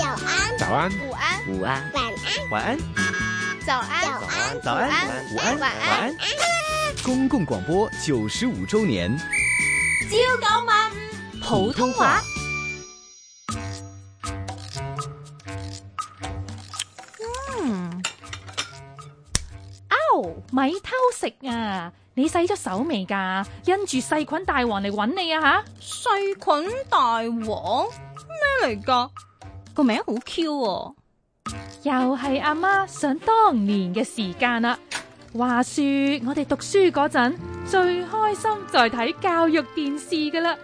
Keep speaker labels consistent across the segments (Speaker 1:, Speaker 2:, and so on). Speaker 1: 安，
Speaker 2: 午安，
Speaker 3: 午安，
Speaker 4: 晚安，
Speaker 3: 晚安，
Speaker 2: 早安，
Speaker 4: 早安
Speaker 3: 早安，午安，
Speaker 2: 晚安
Speaker 3: 安。公共广播九十五周年，
Speaker 2: 朝九晚五普通话。
Speaker 5: 嗯，哦，咪偷食啊！你洗咗手未噶？因住細菌大王嚟揾你啊
Speaker 6: 細菌大王咩嚟噶？個名好 Q 喎、
Speaker 5: 吓！又係阿媽想當年嘅時間啦。話說我哋讀書嗰陣最開心就係睇教育電視噶啦。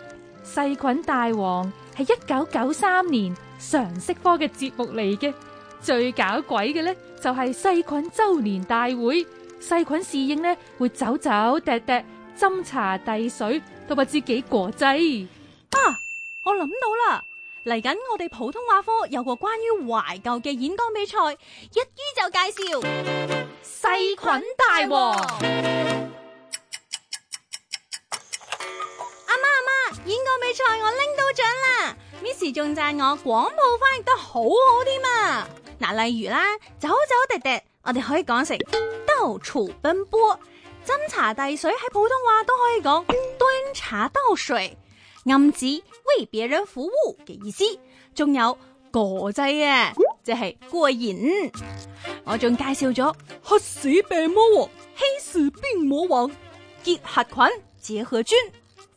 Speaker 5: 細菌大王係一九九三年常識科嘅節目嚟嘅。最搞鬼嘅呢，就係、細菌周年大會，細菌侍應呢，會走走趯趯、斟茶遞水，同埋自己果劑。
Speaker 6: 我諗到啦，嚟緊我哋普通話科有個關於懷舊嘅演講比賽，一於就介紹
Speaker 5: 細菌大王，
Speaker 6: 演講比賽我拎到獎啦！Miss 仲讚我廣普翻譯得好好添啊！嗱，例如啦，走走趯趯，我哋可以講成到處奔波；斟茶遞水喺普通話都可以講端茶倒水，暗指為別人服務嘅意思。仲有過劑啊，即係過癮。我仲介紹咗黑死病魔王、黑死病魔王、結核菌、結核菌。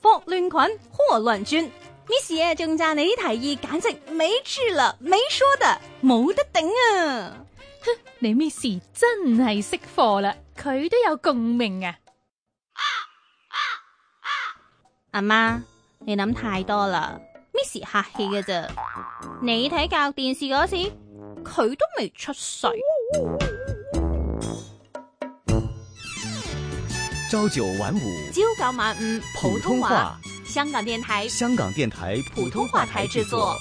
Speaker 6: 霍亂菌、霍亂菌。Miss 啊，仲讚你啲提議簡直美痴啦，美說的，冇得頂啊！
Speaker 5: 你 Miss 真係識貨啦，佢都有共鳴啊！
Speaker 6: 阿媽，你諗太多啦，Miss 客氣嘅啫。你睇教育電視嗰時，佢都未出世。
Speaker 3: 朝九晚五，
Speaker 6: 朝九晚五，普通話，香港電台
Speaker 3: 香港电台普通话台制作。